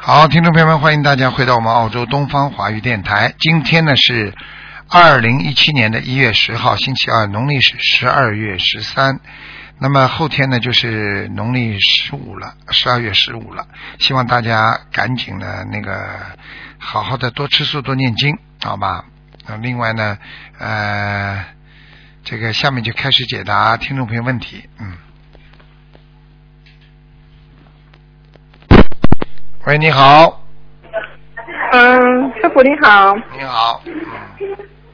好，听众朋友们，欢迎大家回到我们澳洲东方华语电台。今天呢是二零一七年的一月十号，星期二，农历是十二月十三。那么后天呢就是农历十五了，十二月十五了。希望大家赶紧呢那个好好的多吃素，多念经，好吧？那另外呢，呃，这个下面就开始解答听众朋友问题。嗯，喂，你好，嗯，师傅你好，你好，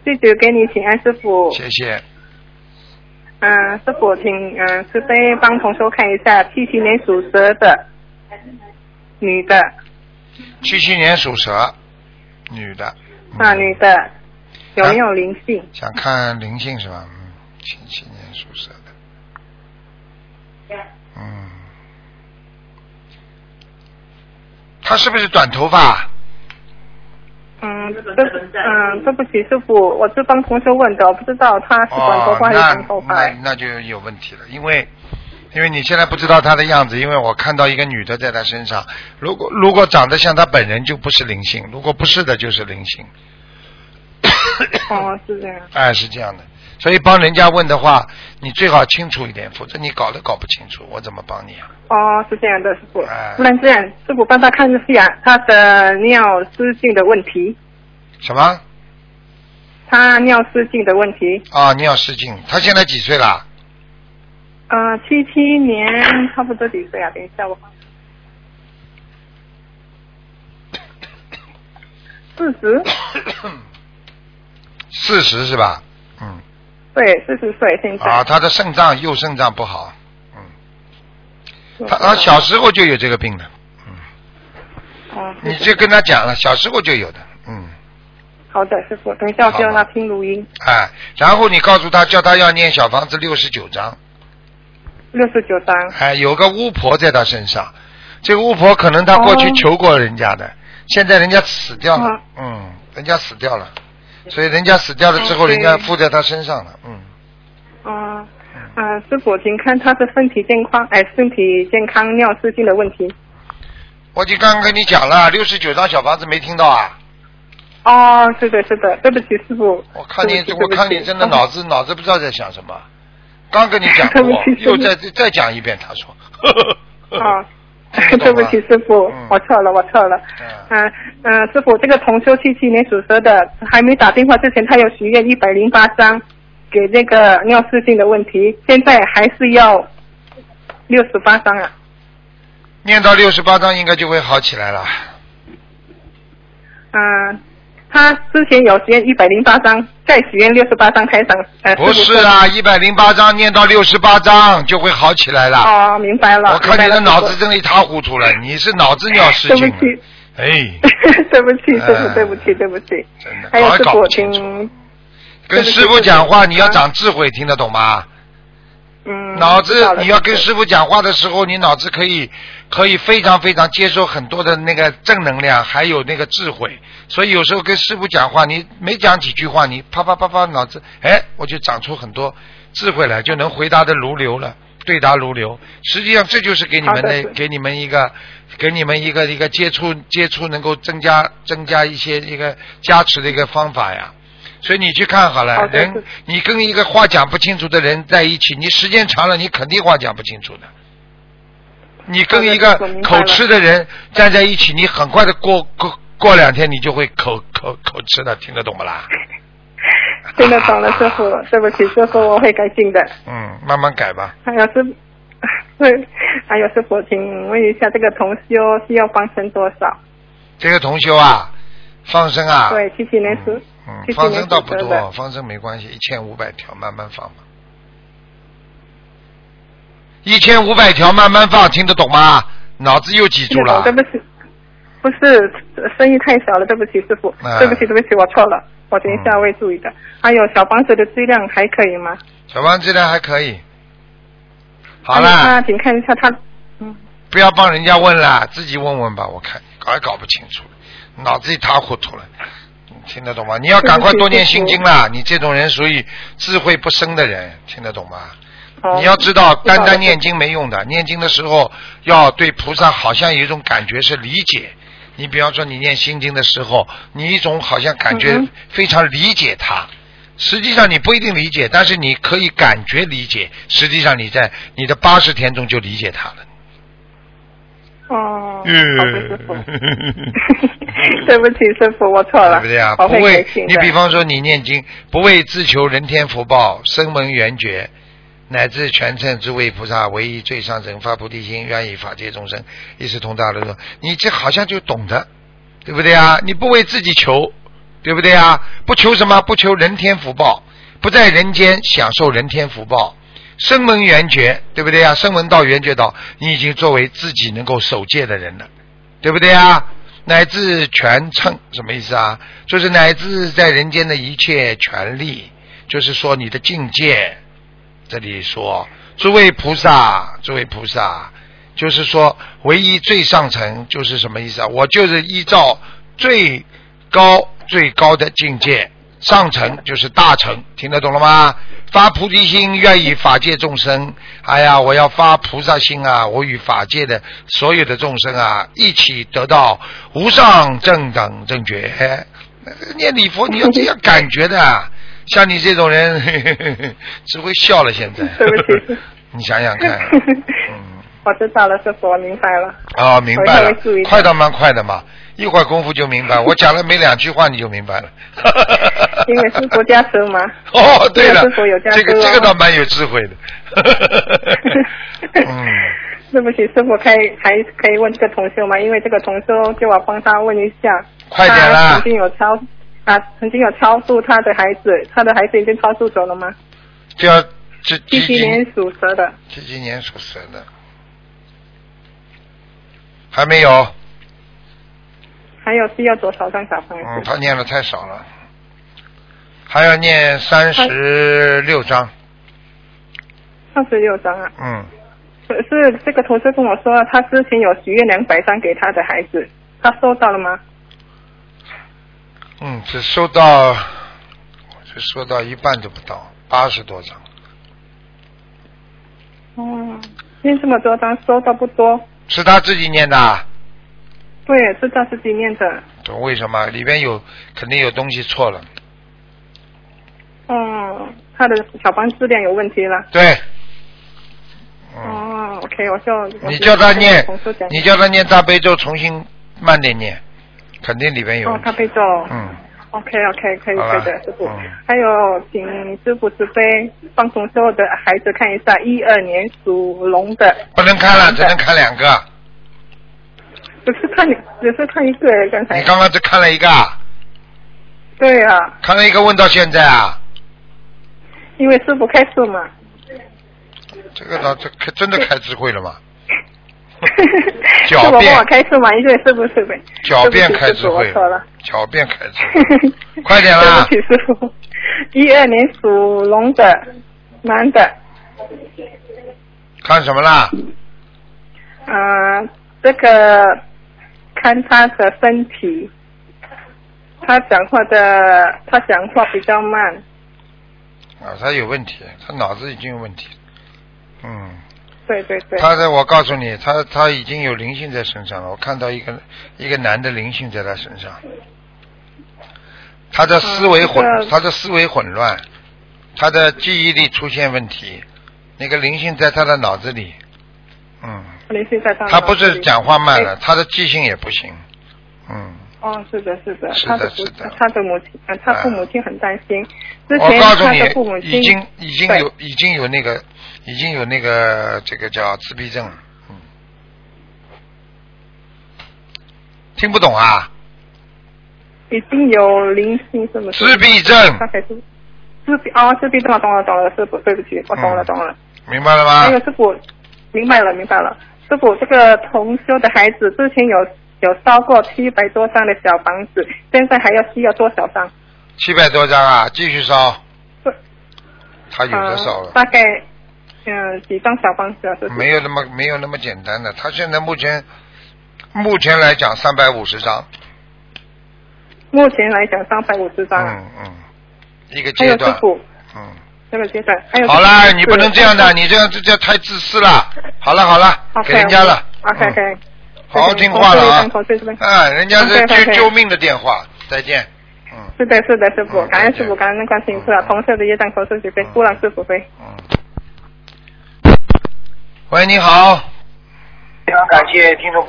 弟子给你请安，师傅。谢谢。嗯，师傅，请嗯慈悲帮同修看一下，七七年属蛇的女的七七年属蛇，女的。嗯啊，女的有没有灵性？想看灵性是吧？嗯，七七年属蛇的。嗯。她是不是短头发？嗯，对不，嗯，对不起，师傅，我是帮同修问的，我不知道他是短头哦，发还是那长头发。那那就有问题了，因为因为你现在不知道她的样子，因为我看到一个女的在她身上，如果如果长得像她本人就不是灵性，如果不是的就是灵性。哦，是这样。哎，是这样的，所以帮人家问的话，你最好清楚一点，否则你搞都搞不清楚，我怎么帮你啊？哦，是这样的，师傅哎。不然这样，师傅帮他看一下他的尿失禁的问题，什么？他尿失禁的问题。啊，你要失禁，他现在几岁啦？呃，七七年差不多几岁啊？等一下我。四十，四十是吧？嗯，对，四十岁现在。啊，他的肾脏右肾脏不好，嗯他他小。时候就有这个病的，哦，是你就跟他讲了，小时候就有的，嗯，好的，师傅，等一下我就让他听录音。哎，然后你告诉他，叫他要念小房子六十九章，六十九章。哎，有个巫婆在他身上，这个巫婆可能他过去哦求过人家的，现在人家死掉了，嗯嗯，人家死掉了，所以人家死掉了之后，嗯对人家附在他身上了，嗯，哦，呃，师傅，请看他的身体健康，哎，身体健康尿失禁的问题。我就刚刚跟你讲了，六十九张小房子没听到啊？哦，是的，是的，对不起，师傅。我看你，对不我起看你真的脑。子脑子不知道在想什么，刚跟你讲 对过不，起又对再再讲一遍，他说， 对不起哦听懂吗对不起，师傅嗯，我错了，我错了。嗯嗯嗯、师傅，这个同修七七年属蛇的，还没打电话之前，他有许愿一百零八张给那个尿失禁的问题，现在还是要六十八张啊。念到六十八章应该就会好起来了。嗯、他之前有许愿一百零八张，再许愿六十八张开场。呃，不师是傅啊，一百零八章念到六十八章就会好起来了。哦，明白了。我看你的明白了脑子真的一塌糊涂了，你是脑子尿失对不禁起了，，哎，对不起， 师哎傅，对不起，对不起。真的还有搞也师搞傅不，清楚。请跟对不起啊师傅讲话，对不你起要长智慧，听得懂吗？嗯，脑知道子了你要跟师傅讲话的时候，你脑子可以可以非常非常接受很多的那个正能量，还有那个智慧。所以有时候跟师傅讲话，你没讲几句话，你啪啪啪啪脑子，哎，我就长出很多智慧来，就能回答的如流了，对答如流。实际上这就是给你们好的的是，给你们一个，给你们一个一个接触接触能够增加增加一些一个加持的一个方法呀。所以你去看好了，好的人是你跟一个话讲不清楚的人在一起，你时间长了，你肯定话讲不清楚的。你跟一个好的我明白口了吃的人站在一起，你很快的过过过两天，你就会口口口吃的，听得懂不啦？听得懂了，师傅，对不起，师傅，我会改进的。嗯，慢慢改吧。还有师傅，对，还有师傅，请问一下，这个同修需要帮成多少？这个同修啊，放生啊，对，七七年属嗯，嗯七七放年生属倒不蛇多，的。放生没关系，一千五百条慢慢放吧。一千五百条慢慢放，听得懂吗？脑子又记住听得了懂，对。不起，不是生意太少了，对不起，师傅，哎对不起，对不起，我错了，我等一下嗯会注意的。还有小房子的质量还可以吗？小王质量还可以。好还有啦啊他，请看一下他，嗯，不要帮人家问啦，自己问问吧。我看搞也搞不清楚，脑子一塌糊涂了。你听得懂吗？你要赶快多念心经啦！你这种人属于智慧不深的人，听得懂吗？好你要知道，单单了念经没用的，念经的时候要对菩萨好像有一种感觉是理解，你比方说你念心经的时候，你一种好像感觉嗯嗯非常理解它，实际上你不一定理解，但是你可以感觉理解，实际上你在你的八十天中就理解它了。哦，好嗯的，师 傅。对对不起，师傅，我错了。不对啊？我不会为改进的。你比方说你念经，不为自求人天福报、声闻缘觉，乃至全称诸位菩萨唯一最上神发菩提心，愿以法界众生一时同大乐乐。你这好像就懂得，对不对啊？你不为自己求，对不对啊？不求什么？不求人天福报，不在人间享受人天福报。声闻缘觉，对不对啊？声闻道、缘觉道，你已经作为自己能够守戒的人了。对不对啊？乃至全称什么意思啊？就是乃至在人间的一切权利，就是说你的境界。这里说，诸位菩萨，诸位菩萨，就是说唯一最上层，就是什么意思啊？我就是依照最高最高的境界，上层就是大乘，听得懂了吗？发菩提心，愿以法界众生。哎呀，我要发菩萨心啊！我与法界的所有的众生啊，一起得到无上正等正觉。念礼佛，你要这样感觉的。啊像你这种人， 嘿嘿嘿嘿只会笑了。现在， 对不起你想想 看，嗯， 我知道了，师傅，我明白了。啊，明白我了一定会注意，的快倒蛮快的嘛，一会儿功夫就明 白。我讲了没两句话，你就明白了。因为师傅加持嘛。 哦，对了因为师傅有，加这持个哦这个倒 蛮有智慧的。嗯，对不起，师傅，可以还可以问这个同修吗？因为这个同修叫我帮他问一下，快点他啦曾！经有超啊，曾经有超度他的孩子，他的孩子已经超度走了吗？就要这几七七几年属蛇的，几几年属蛇的，还没有。还有需要多少张小房嗯，子？他念的太少了，还要念三十六章。二十六张啊。嗯，可是这个同事跟我说，他之前有许愿两百张给他的孩子，他收到了吗？嗯，只收到，只收到一半都不到，八十多张，哦，念这么多张，收到不多。是他自己念的啊。对，是他自己念的。懂为什么？里边有肯定有东西错了。哦，他的小房质量有问题了。对。嗯，哦，OK，我就我你就叫他念跟同事讲，你叫他念大悲咒，重新慢点念，肯定里边有哦问，题。他被咒。嗯， OK OK，可以好吧可以的，师傅嗯。还有，请师傅慈悲，帮同修的孩子看一下，一二年属龙的，不能看了，只能看两个。只是看你，只是看一个人刚才你。刚刚只看了一个啊，对啊，看了一个问到现在啊。因为师傅开示嘛。这个倒这开真的开智慧了嘛？ 是狡辩我帮我开示嘛，因为师傅是呗。狡辩对不起开智师傅我慧错了。，狡辩开智慧。 快点啊啦对不起，师傅。一二年属龙的男的，看什么啦？啊，这个看他的身体，他讲话的，他讲话比较慢，啊，他有问题，他脑子已经有问题。嗯，对对对，他的我告诉你，他他已经有灵性在身上了。我看到一个一个男的灵性在他身上，他的思维混，嗯这个他的思维混乱，他的记忆力出现问题，那个灵性在他的脑子里。嗯，林是在他脑子他里不是讲话慢哎了，他的记性也不行。嗯。哦，是的，是的，是的他的是的他的母亲，呃他父母亲很担心。之我前告诉他你的父母，亲已经已经对有已经有那个已经有那个这个叫自闭症了，嗯，听不懂啊？已经有灵性，是不是？自闭症他，才是自闭哦，自闭症，我懂了，懂了，师傅，对不起，我懂了，嗯懂了。明白了还有吗？哎师傅，明白了，明白了。师傅，这个同修的孩子之前有有烧过七百多张的小房子，现在还要需要多少张？七百多张啊，继续烧，对，他有的呃烧了，大概嗯几张小房子啊？师傅没有那么没有那么简单的，他现在目前目前来讲三百五十张，目前来讲三百五十张。啊嗯嗯，一个还阶有师段，傅，嗯，这个阶段还有。好啦，你不能这样的，。你这样这叫太自私了，好了好了， OK，给人家了 OK 嗯 OK，好这好好个听同话事了一啊张同事这边。啊，人家是嗯对救对对救命的电话，再见。嗯是的，是的，师傅，嗯感恩再师见傅，感恩观世音菩萨，同事的业障，同事举杯，不让师傅杯。嗯。喂，你好。非常感谢听众。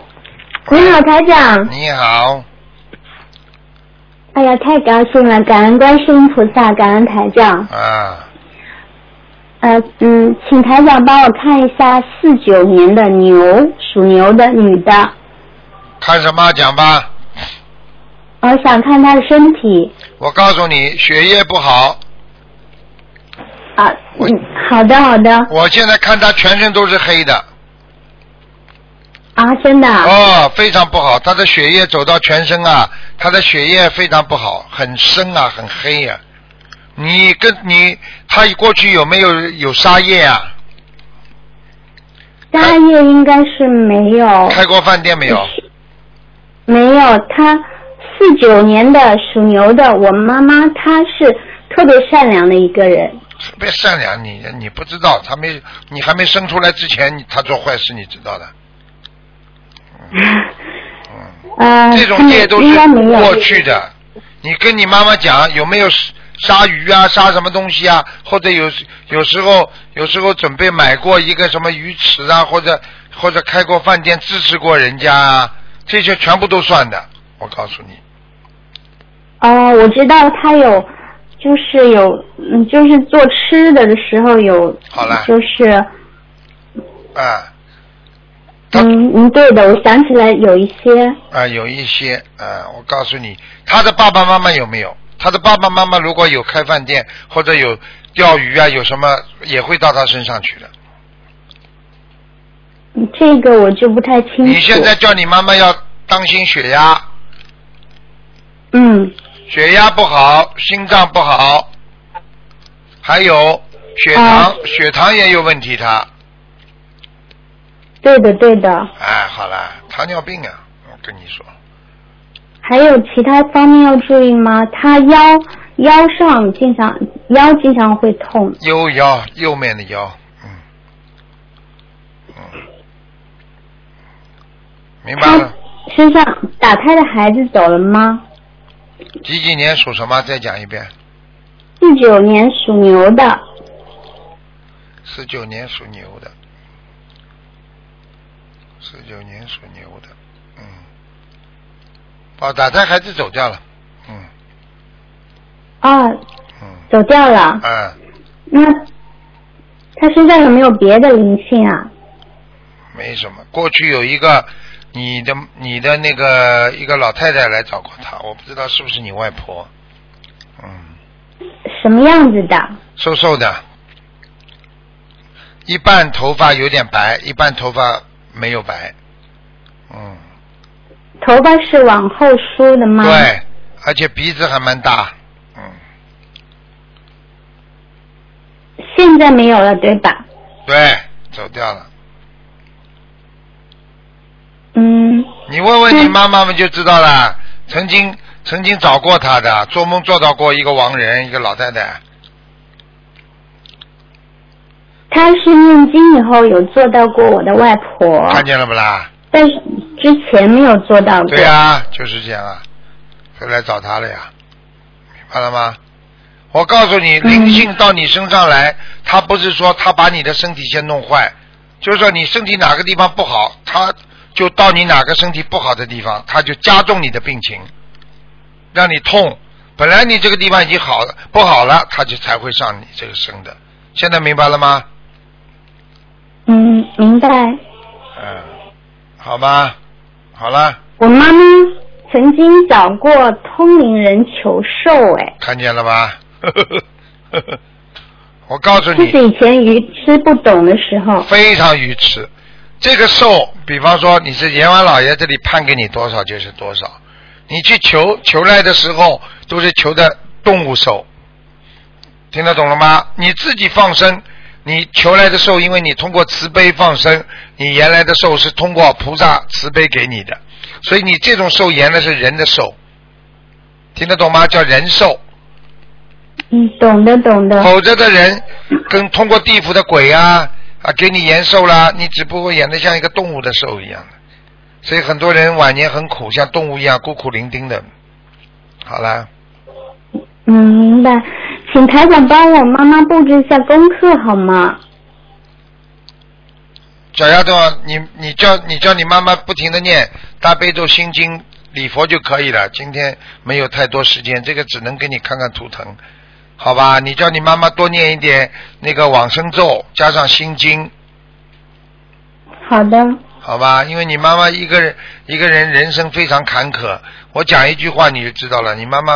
你好，台长。你好，哎呀，太高兴了，感恩观世音菩萨，感恩台长。啊，呃，嗯，请台长帮我看一下四九年的牛，属牛的女的，看什么讲吧？我哦想看她的身体。我告诉你，血液不好，啊，嗯，好的，好的。我现在看他全身都是黑的，啊，真的啊。哦，非常不好，他的血液走到全身啊，他的血液非常不好，很深啊，很黑呀、你跟你他过去有没有有沙叶啊？大业应该是没有。开过饭店没有？没有，她四九年的属牛的，我妈妈她是特别善良的一个人。特别善良，你你不知道，他没你还没生出来之前，你他做坏事你知道的。嗯嗯，呃，这她种没业都应是该没有。过去的。你跟你妈妈讲有没有杀鱼啊，杀什么东西啊，或者有有时候有时候准备买过一个什么鱼池啊，或者或者开过饭店支持过人家啊，这些全部都算的。我告诉你，哦，我知道他有，就是有，嗯，就是做吃的的时候有，好了就是，啊他嗯，嗯，对的，我想起来有一些，啊，有一些啊，我告诉你，他的爸爸妈妈有没有？他的爸爸妈妈如果有开饭店或者有钓鱼啊，有什么也会到他身上去的。嗯这个我就不太清楚。你现在叫你妈妈要当心血压，嗯，血压不好，心脏不好，还有血糖，啊血糖也有问题他。对的，对的，哎，好了，糖尿病啊，我跟你说，还有其他方面要注意吗？他腰腰上经常腰经常会痛，右腰右面的腰，嗯，嗯，明白他了。身上打胎的孩子走了吗？几几年属什么？再讲一遍。四九年属牛的，四九年属牛的，四九年属牛的，嗯，哦，打胎孩子走掉了，嗯啊，嗯走掉了。啊，那他身上有没有别的灵性啊？没什么。过去有一个你的你的那个一个老太太来找过他，我不知道是不是你外婆，嗯，什么样子的？瘦瘦的，一半头发有点白，一半头发没有白，嗯，头发是往后梳的吗？。对，而且鼻子还蛮大，嗯。现在没有了，对吧？对，走掉了。嗯，你问问你嗯妈妈们就知道了。曾经曾经找过她的，做梦做到过一个亡人，一个老太太。他是念经以后有做到过我的外婆，看见了不啦？但是之前没有做到过。对呀、就是这样啊，就来找她了呀，明白了吗？我告诉你，嗯灵性到你身上来，他不是说他把你的身体先弄坏，就是说你身体哪个地方不好，他就到你哪个身体不好的地方，他就加重你的病情，让你痛。本来你这个地方已经好了，不好了，他就才会上你这个身的。现在明白了吗？嗯，明白。嗯，好吧，好了，我妈妈曾经找过通灵人求寿，哎，看见了吧？我告诉就你，是以前愚痴不懂的时候。非常愚痴。这个寿，比方说你是阎王老爷这里判给你多少就是多少，你去求求来的时候都是求的动物寿，听得懂了吗？你自己放生，你求来的寿，因为你通过慈悲放生，你原来的寿是通过菩萨慈悲给你的，所以你这种寿延的是人的寿，听得懂吗？叫人寿。嗯，懂的，懂的。否则的人跟通过地府的鬼啊啊给你延寿啦，你只不过演的像一个动物的寿一样的，所以很多人晚年很苦，像动物一样孤苦伶仃的。好了，嗯，明白。请台长帮我妈妈布置一下功课好吗？小丫头，你你叫你叫你妈妈不停的念大悲咒心经礼佛就可以了。今天没有太多时间，这个只能给你看看图腾，好吧？你叫你妈妈多念一点那个往生咒，加上心经，好的，好吧？因为你妈妈一个人一个人人生非常坎坷，我讲一句话你就知道了，你妈妈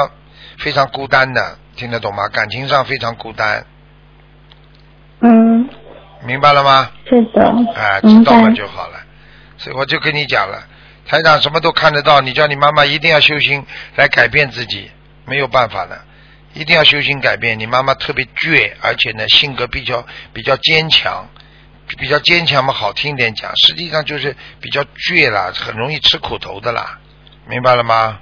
非常孤单的，听得懂吗？感情上非常孤单，嗯，明白了吗？是的，啊，知明道白了。就好了。所以我就跟你讲了，台长什么都看得到，你叫你妈妈一定要修心来改变自己，没有办法的，一定要修心改变。你妈妈特别倔，而且呢性格比较比较坚强，比较坚强嘛，好听一点讲，实际上就是比较倔啦，很容易吃苦头的啦，明白了吗？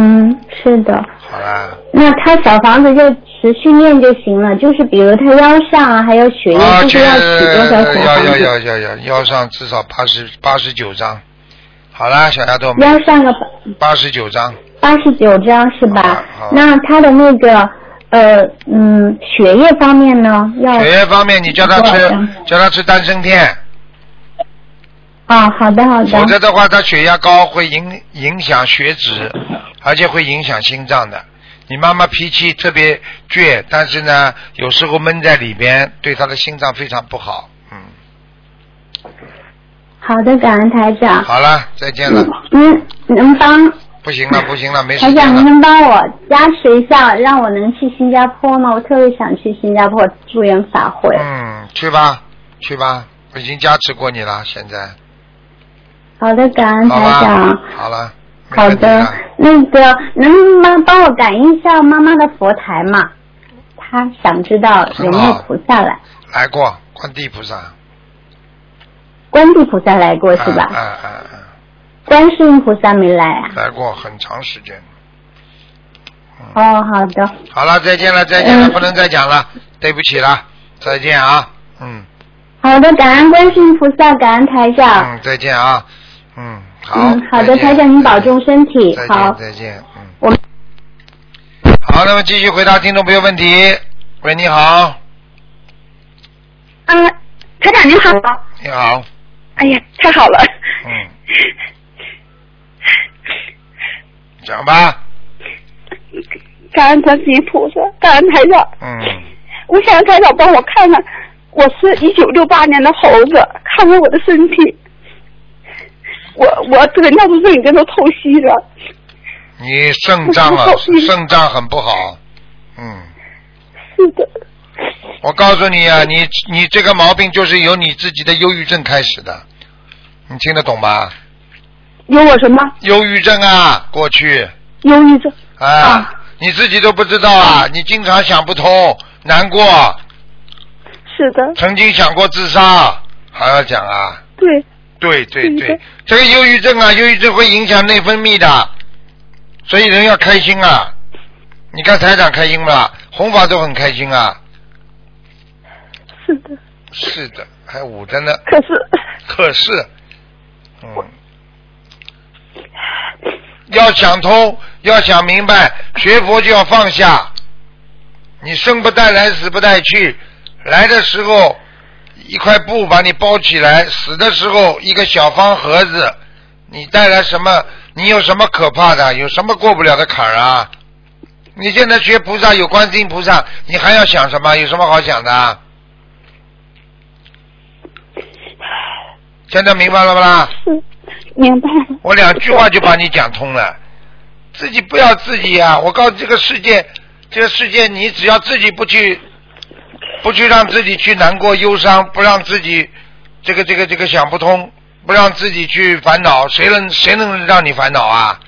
嗯，是的。好啦，那他小房子就持续念就行了，就是比如他腰上啊，还有血液，啊，就是这要取多少小要房要子？要要要腰上至少八十八十九张，好啦，小丫头，腰上个八十九张。八十九张是吧好好？那他的那个呃嗯血液方面呢？要血液方面，你叫他吃多少张，叫他吃丹参片，啊，好的好否则的，的话，他血压高会影影响血脂，而且会影响心脏的。你妈妈脾气特别倔，但是呢，有时候闷在里边，对她的心脏非常不好。嗯，好的，感恩台长。好了，再见了嗯，，您能帮不行了，不行了，没台时长，间您了。能帮我加持一下，让我能去新加坡吗？我特别想去新加坡助缘法会。嗯，去吧，去吧，我已经加持过你了，现在，好的，感恩好台吧长。，好了，没嗯好问题嗯的了。，那个能帮帮我感应一下妈妈的佛台吗？她想知道有哦没有菩萨来，来过，观地菩萨，观地菩萨来过是嗯吧？嗯嗯嗯。观世音菩萨没来啊。来过很长时间。嗯哦，好的，好了，再见了，再见了，嗯不能再讲了，对不起了，再见啊，嗯好的，感恩观世音菩萨，感恩台长。嗯，再见啊，嗯，好，嗯，好的，再见台长您保重身体再。好见，，再见，嗯，我们好，那么继续回答听众朋友问题。喂，你好，嗯，台长您好。你好，哎呀，太好了。嗯，讲吧， 感恩观世音菩萨，感恩台长。嗯，我想让台长帮我看看，我是一九六八年的猴子，看看我的身体。我我这个尿毒症已经都透析了，你肾脏 啊我不好意，思肾脏很不好，嗯，是的，我告诉你啊，你你这个毛病就是由你自己的忧郁症开始的，你听得懂吗？有我什么忧郁症啊，过去忧郁症？啊，啊你自己都不知道啊，你经常想不通，难过，是的，曾经想过自杀，还要讲啊？对，对对嗯对对，这个忧郁症啊，忧郁症会影响内分泌的，所以人要开心啊。你看台长开心不啦？红法都很开心啊。是的。是的，还捂着呢。可是可是，嗯，要想通，要想明白，学佛就要放下。你生不带来，死不带去。来的时候一块布把你包起来，死的时候一个小方盒子。你带来什么？你有什么可怕的？有什么过不了的坎儿啊？你现在学菩萨有观世音菩萨，你还要想什么？有什么好想的啊？现在明白了不啦？是明白了，我两句话就把你讲通了。自己不要自己啊！我告诉这个世界，这个世界你只要自己不去，不去让自己去难过、忧伤，不让自己这个这个这个想不通，不让自己去烦恼，谁能谁能让你烦恼啊？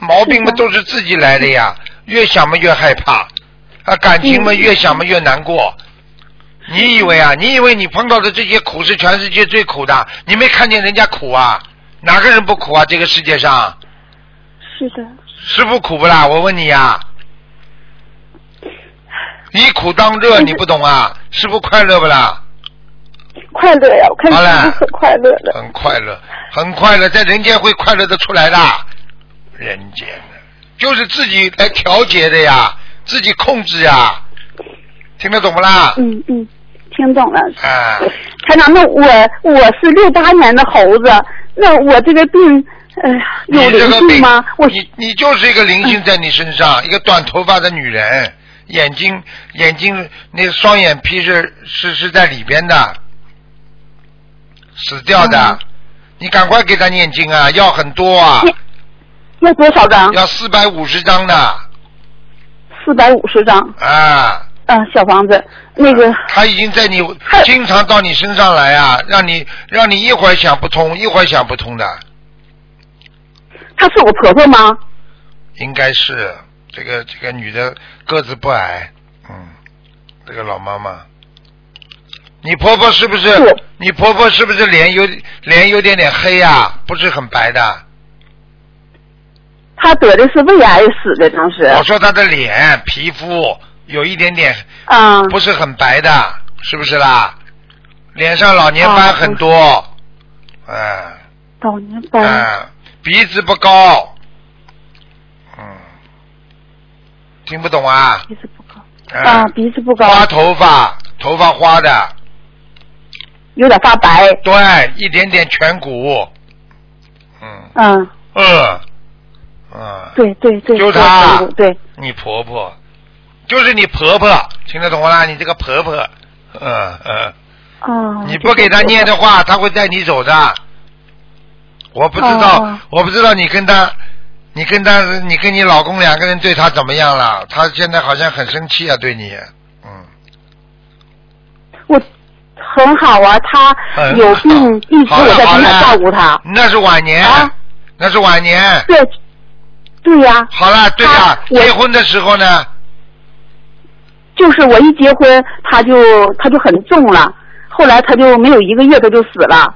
毛病嘛都是自己来的呀，越想嘛越害怕，啊，感情嘛越想嘛越难过。你以为啊？你以为你碰到的这些苦是全世界最苦的？你没看见人家苦啊？哪个人不苦啊？这个世界上，是的，师傅苦不啦？我问你呀、以苦当乐，你不懂啊？师傅快乐不啦？快乐呀，我看你好了是很快乐的。很快乐，很快乐，在人间会快乐的出来的，人间的，就是自己来调节的呀，自己控制呀，听得懂不啦？嗯嗯，听懂了。啊，台长，那我我是六八年的猴子，那我这个病，哎、呀，你有这灵个性病吗？我，你你就是一个灵性在你身上，一个短头发的女人，眼睛眼睛那双眼皮是是是在里边的，死掉的，嗯你赶快给她念经啊，要很多啊，要多少张？要四百五十张的四百五十张。啊。嗯、小房子，那个他已经在你他经常到你身上来啊，让你让你一会儿想不通，一会儿想不通的，她是我婆婆吗？应该是这个这个女的个子不矮，嗯，这个老妈妈，你婆婆是不是？是你婆婆是不是脸有脸有点点黑呀、不是很白的。她得的是胃癌死的，当时。我说她的脸皮肤有一点点啊、不是很白的，是不是啦？脸上老年斑哦很多，嗯。老年斑。嗯，鼻子不高，嗯，听不懂啊？鼻子不高嗯、啊，鼻子不高，花头发，头发花的，有点发白，对，一点点颧骨，嗯，嗯，呃，嗯，对对对，就对她对对，你婆婆，就是你婆婆，听得懂不啦？你这个婆婆，嗯嗯，啊，你不给她念的话，她会带你走的。我不知道，哦我不知道你跟她，你跟她，你跟你老公两个人对她怎么样了？她现在好像很生气啊，对你，嗯，我很好啊，他很有病，一直哎好我了在好帮了他照顾他。那是晚年，啊那是晚年。对，对呀、好了，对了、啊我结婚的时候呢，就是我一结婚，他就他就很重了，后来他就没有一个月他就死了。哦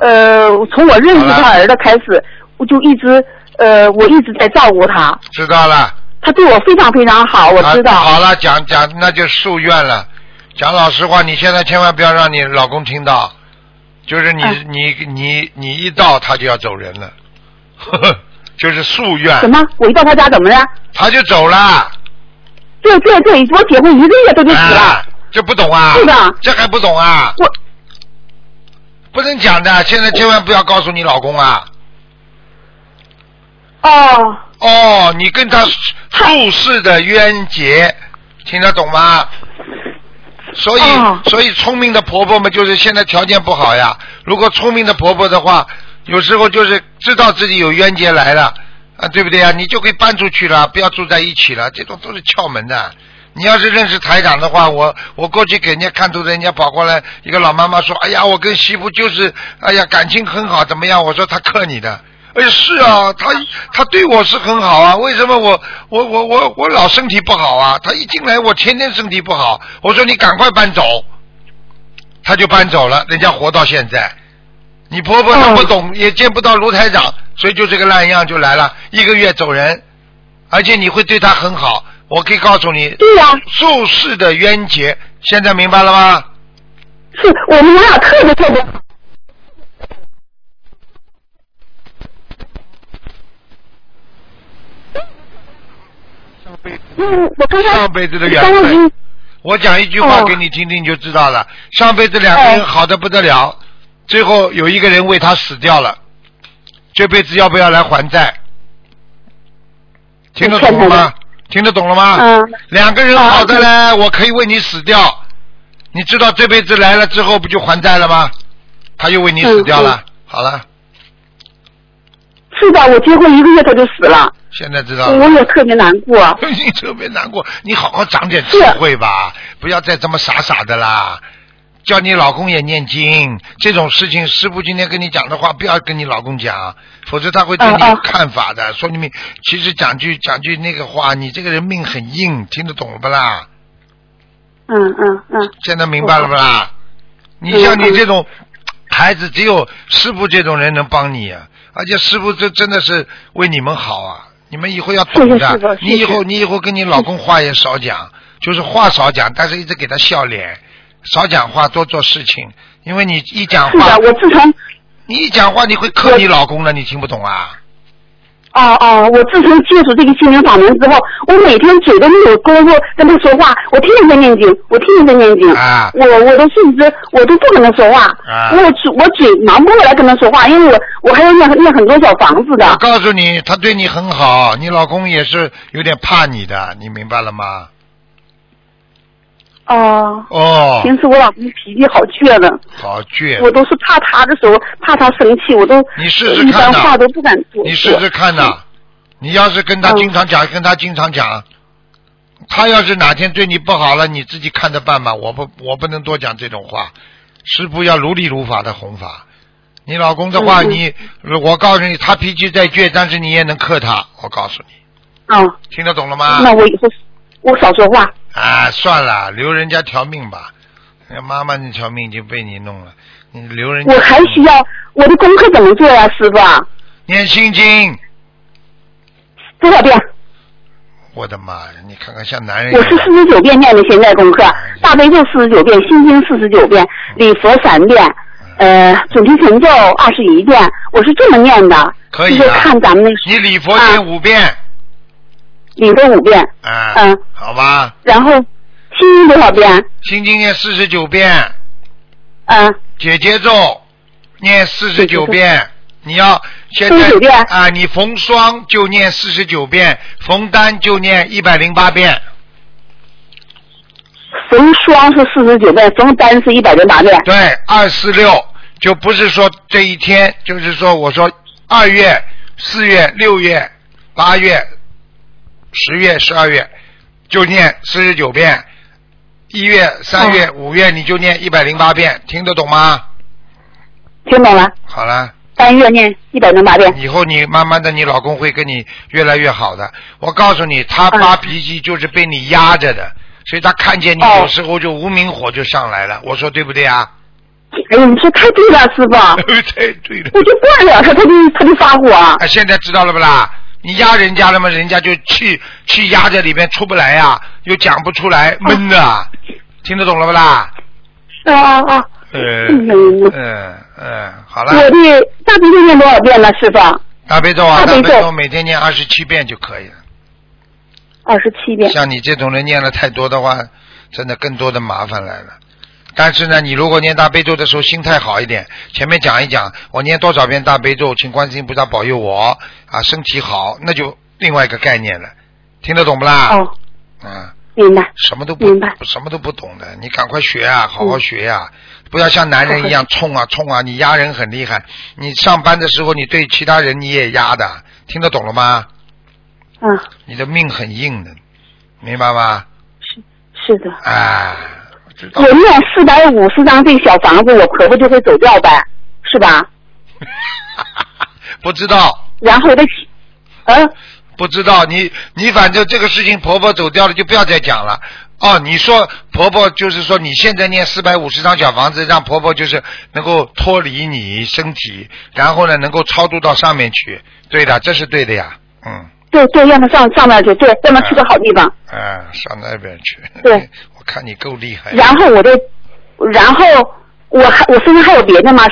呃，从我认识好他儿子开始，我就一直呃，我一直在照顾他，知道了，他对我非常非常好，我知道。啊好了，讲讲，那就夙愿了。讲老实话，你现在千万不要让你老公听到，就是你、嗯你你你一到他就要走人了， 呵呵，就是夙愿什，么？我一到他家怎么了？他就走了。对对对，我结婚一个月他就死了。啊，这不懂啊？是的这还不懂啊？我不能讲的，现在千万不要告诉你老公啊。哦，哦，你跟他宿世的冤结，听得懂吗？所以，哦所以聪明的婆婆们就是现在条件不好呀。如果聪明的婆婆的话，有时候就是知道自己有冤结来了，啊，对不对呀？你就可以搬出去了，不要住在一起了，这种都是窍门的。你要是认识台长的话，我我过去给人家看图的，人家跑过来一个老妈妈说：“哎呀，我跟媳妇就是，哎呀，感情很好，怎么样？”我说：“她克你的。”哎，是啊，她她对我是很好啊，为什么我我我我我老身体不好啊？她一进来我天天身体不好，我说你赶快搬走，她就搬走了，人家活到现在。你婆婆她不懂，也见不到卢台长，所以就这个烂样就来了，一个月走人，而且你会对她很好，我可以告诉你，对呀、宿世的冤结，现在明白了吗？是我们娘俩特别特别好。嗯，我刚才上辈子的缘刚才分你我讲一句话哦给你听听就知道了。上辈子两个人好的不得了，最后有一个人为他死掉了，这辈子要不要来还债？听得懂了你劝吗他的？听得懂了吗？嗯两个人好的嘞，我可以为你死掉，你知道这辈子来了之后不就还债了吗？他又嗯为你死掉了。好了，是的，我结婚一个月他就死了，现在知道了。我也特别难 过。你特别难过，你好好长点智慧吧，不要再这么傻傻的啦。叫你老公也念经，这种事情师傅今天跟你讲的话，不要跟你老公讲，否则他会对你嗯有嗯看法的。说你们其实讲句讲句那个话，你这个人命很硬，听得懂了不啦？嗯嗯嗯，现在明白了不啦？你嗯像你这种孩子，只有师傅这种人能帮你、啊，而且师傅这真的是为你们好啊！你们以后要懂是是的是，是你以后你以后跟你老公话也少讲，就是话少讲，但是一直给他笑脸，少讲话，多做事情，因为你一讲是话的，，我自从你一讲话你会克我你老公的，你听不懂啊？哦哦，我自从接触这个心灵法门之后，我每天嘴都没有功夫跟他说话，我天天在念经，我天天在念经。啊我我都甚至我都不跟他说话，啊我嘴我嘴忙不过来跟他说话，因为我我还要念念很多小房子的我。告诉你，他对你很好，你老公也是有点怕你的，你明白了吗？哦，哦，平时我老公脾气好倔的，好倔，我都是怕他的时候，怕他生气，我都你试试一看般呐话都不敢说。你试试看呐、你要是跟他嗯经常讲，跟他经常讲，他要是哪天对你不好了，你自己看着办吧。我不，我不能多讲这种话。师傅要如理如法的弘法。你老公的话，嗯嗯你我告诉你，他脾气再倔，但是你也能克他。我告诉你，啊、听得懂了吗？那我以后我少说话。啊，算了，留人家条命吧。妈妈那条命已经被你弄了，你留人家我还需要我的功课怎么做呀、师傅啊？念心经。多少遍？我的妈哎呀，你看看像男人我一是样四十九遍念的现在功课，大悲咒四十九遍，心经四十九遍，礼佛三遍，呃，准提神咒二十一遍，我是这么念的。可以就的是看咱们那你礼啊佛念五遍，礼佛五遍，啊，嗯好吧，然后心经多少遍？心经念四十九遍，嗯、姐姐咒念四十九遍，你要现在49遍啊，你逢双就念四十九遍，逢单就念一百零八遍，逢双是四十九遍，逢单是一百零八遍。对，二四六就不是说这一天，就是说我说二月、四月、六月、八月、十月、十二月就念四十九遍，一月、三嗯月、五月你就念一百零八遍，听得懂吗？听懂了？好了，单月念一百零八遍。以后你慢慢的，你老公会跟你越来越好的。我告诉你，他嗯发脾气就是被你压着的，所以他看见你哦有时候就无名火就上来了。我说对不对啊？哎呀，你说太对了，师傅， 对对的。我就惯了他，他就他就发火。啊，现在知道了不啦？你压人家了嘛，人家就气气压在里面出不来呀、啊又讲不出来，闷的、啊听得懂了不啦？啊啊啊！呃，嗯嗯嗯嗯，好了，我的大悲咒念多少遍了，师傅？大悲咒啊，大大悲悲咒咒每天念二十七遍就可以了。二十七遍。像你这种人念了太多的话，真的更多的麻烦来了。但是呢，你如果念大悲咒的时候心态好一点，前面讲一讲我念多少遍大悲咒，请观世音菩萨保佑我啊，身体好，那就另外一个概念了，听得懂不啦？哦，啊，明白。什么都不明白嗯什么都不懂的，你赶快学啊，好好学啊，不要像男人一样冲 啊冲啊，你压人很厉害。你上班的时候，你对其他人你也压的，听得懂了吗？嗯，你的命很硬的，明白吗？是的。啊，知道 我。念四百五十张这个小房子，我婆婆就会走掉呗，是吧？不知道，然后我再起，呃，不知道，你你反正这个事情婆婆走掉了就不要再讲了。哦，你说婆婆就是说你现在念四百五十张小房子，让婆婆就是能够脱离你身体，然后呢能够超度到上面去。对的，这是对的呀。嗯对对，让她上上面去，对，让她去个好地方。嗯，上那边去。对， 我看你够厉害。然后我再，然后我还我身上还有别的吗？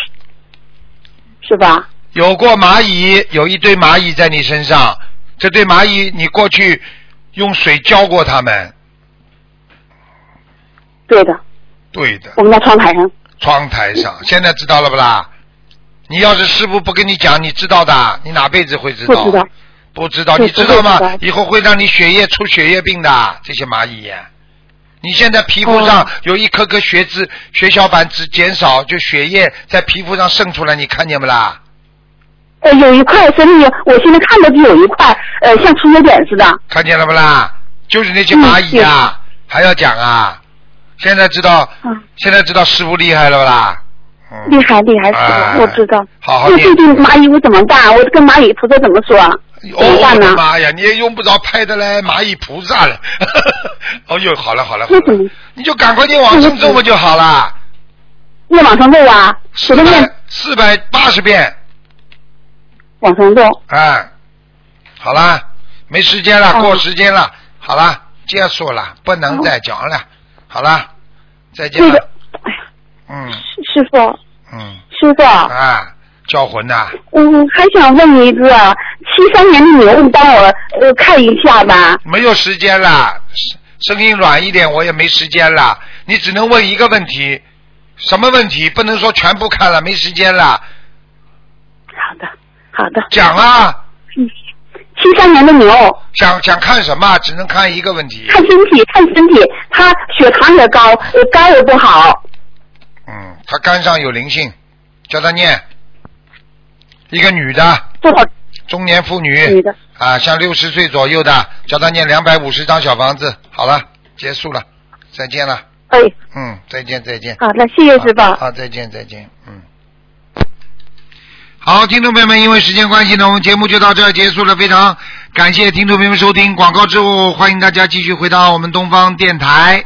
是吧？有过蚂蚁，有一堆蚂蚁在你身上，这堆蚂蚁你过去用水浇过它们。对的，对的。我们家窗台上。窗台上，现在知道了不啦？你要是师傅不跟你讲，你知道的，你哪辈子会知道？不知道，不知道，对你知道吗不会知道？以后会让你血液出血液病的，这些蚂蚁。啊你现在皮肤上哦有一颗颗血脂、血小板只减少，就血液在皮肤上渗出来，你看见不啦？呃，有一块身体，我现在看到就有一块，呃，嗯像出血点似的。看见了不啦？就是那些蚂蚁啊，还要讲啊？现在知道，嗯，现在知道师傅厉害了不啦？嗯厉害厉害，师哎傅，我知道。好好那念最近蚂蚁我怎么办？我跟蚂蚁菩萨怎么说？哦，怎么我办的呢？妈呀，你也用不着拍的嘞， 蚂蚁菩萨了。哦哟，好了好了好那怎了么，你就赶快念往生咒不就好了？念往生咒啊，四我都百念四百八十遍，往生咒。哎、好啦，没时间了，哦过时间了，好啦，结束了，不能再讲了，好啦，再见哦那个了，，嗯，师师傅，嗯，师傅，啊，叫魂呐、我还想问一个，七三年的牛，你帮我呃看一下吧。没有时间啦，声声音软一点，我也没时间啦。你只能问一个问题，什么问题？不能说全部看了，没时间啦。好的，好的。讲啊，七三年的牛，想想看什么？只能看一个问题。看身体，看身体，他血糖也高，呃肝也不好。嗯，他肝上有灵性，叫他念。一个女的，不好，中年妇女的。啊，像六十岁左右的，叫他念两百五十张小房子。好了，结束了，再见了。哎，嗯，再见，再见。好的，谢谢师傅。好，好再见，再见。嗯。好，听众朋友们，因为时间关系呢，我们节目就到这儿结束了。非常感谢听众朋友们收听广告之后，欢迎大家继续回到我们东方电台。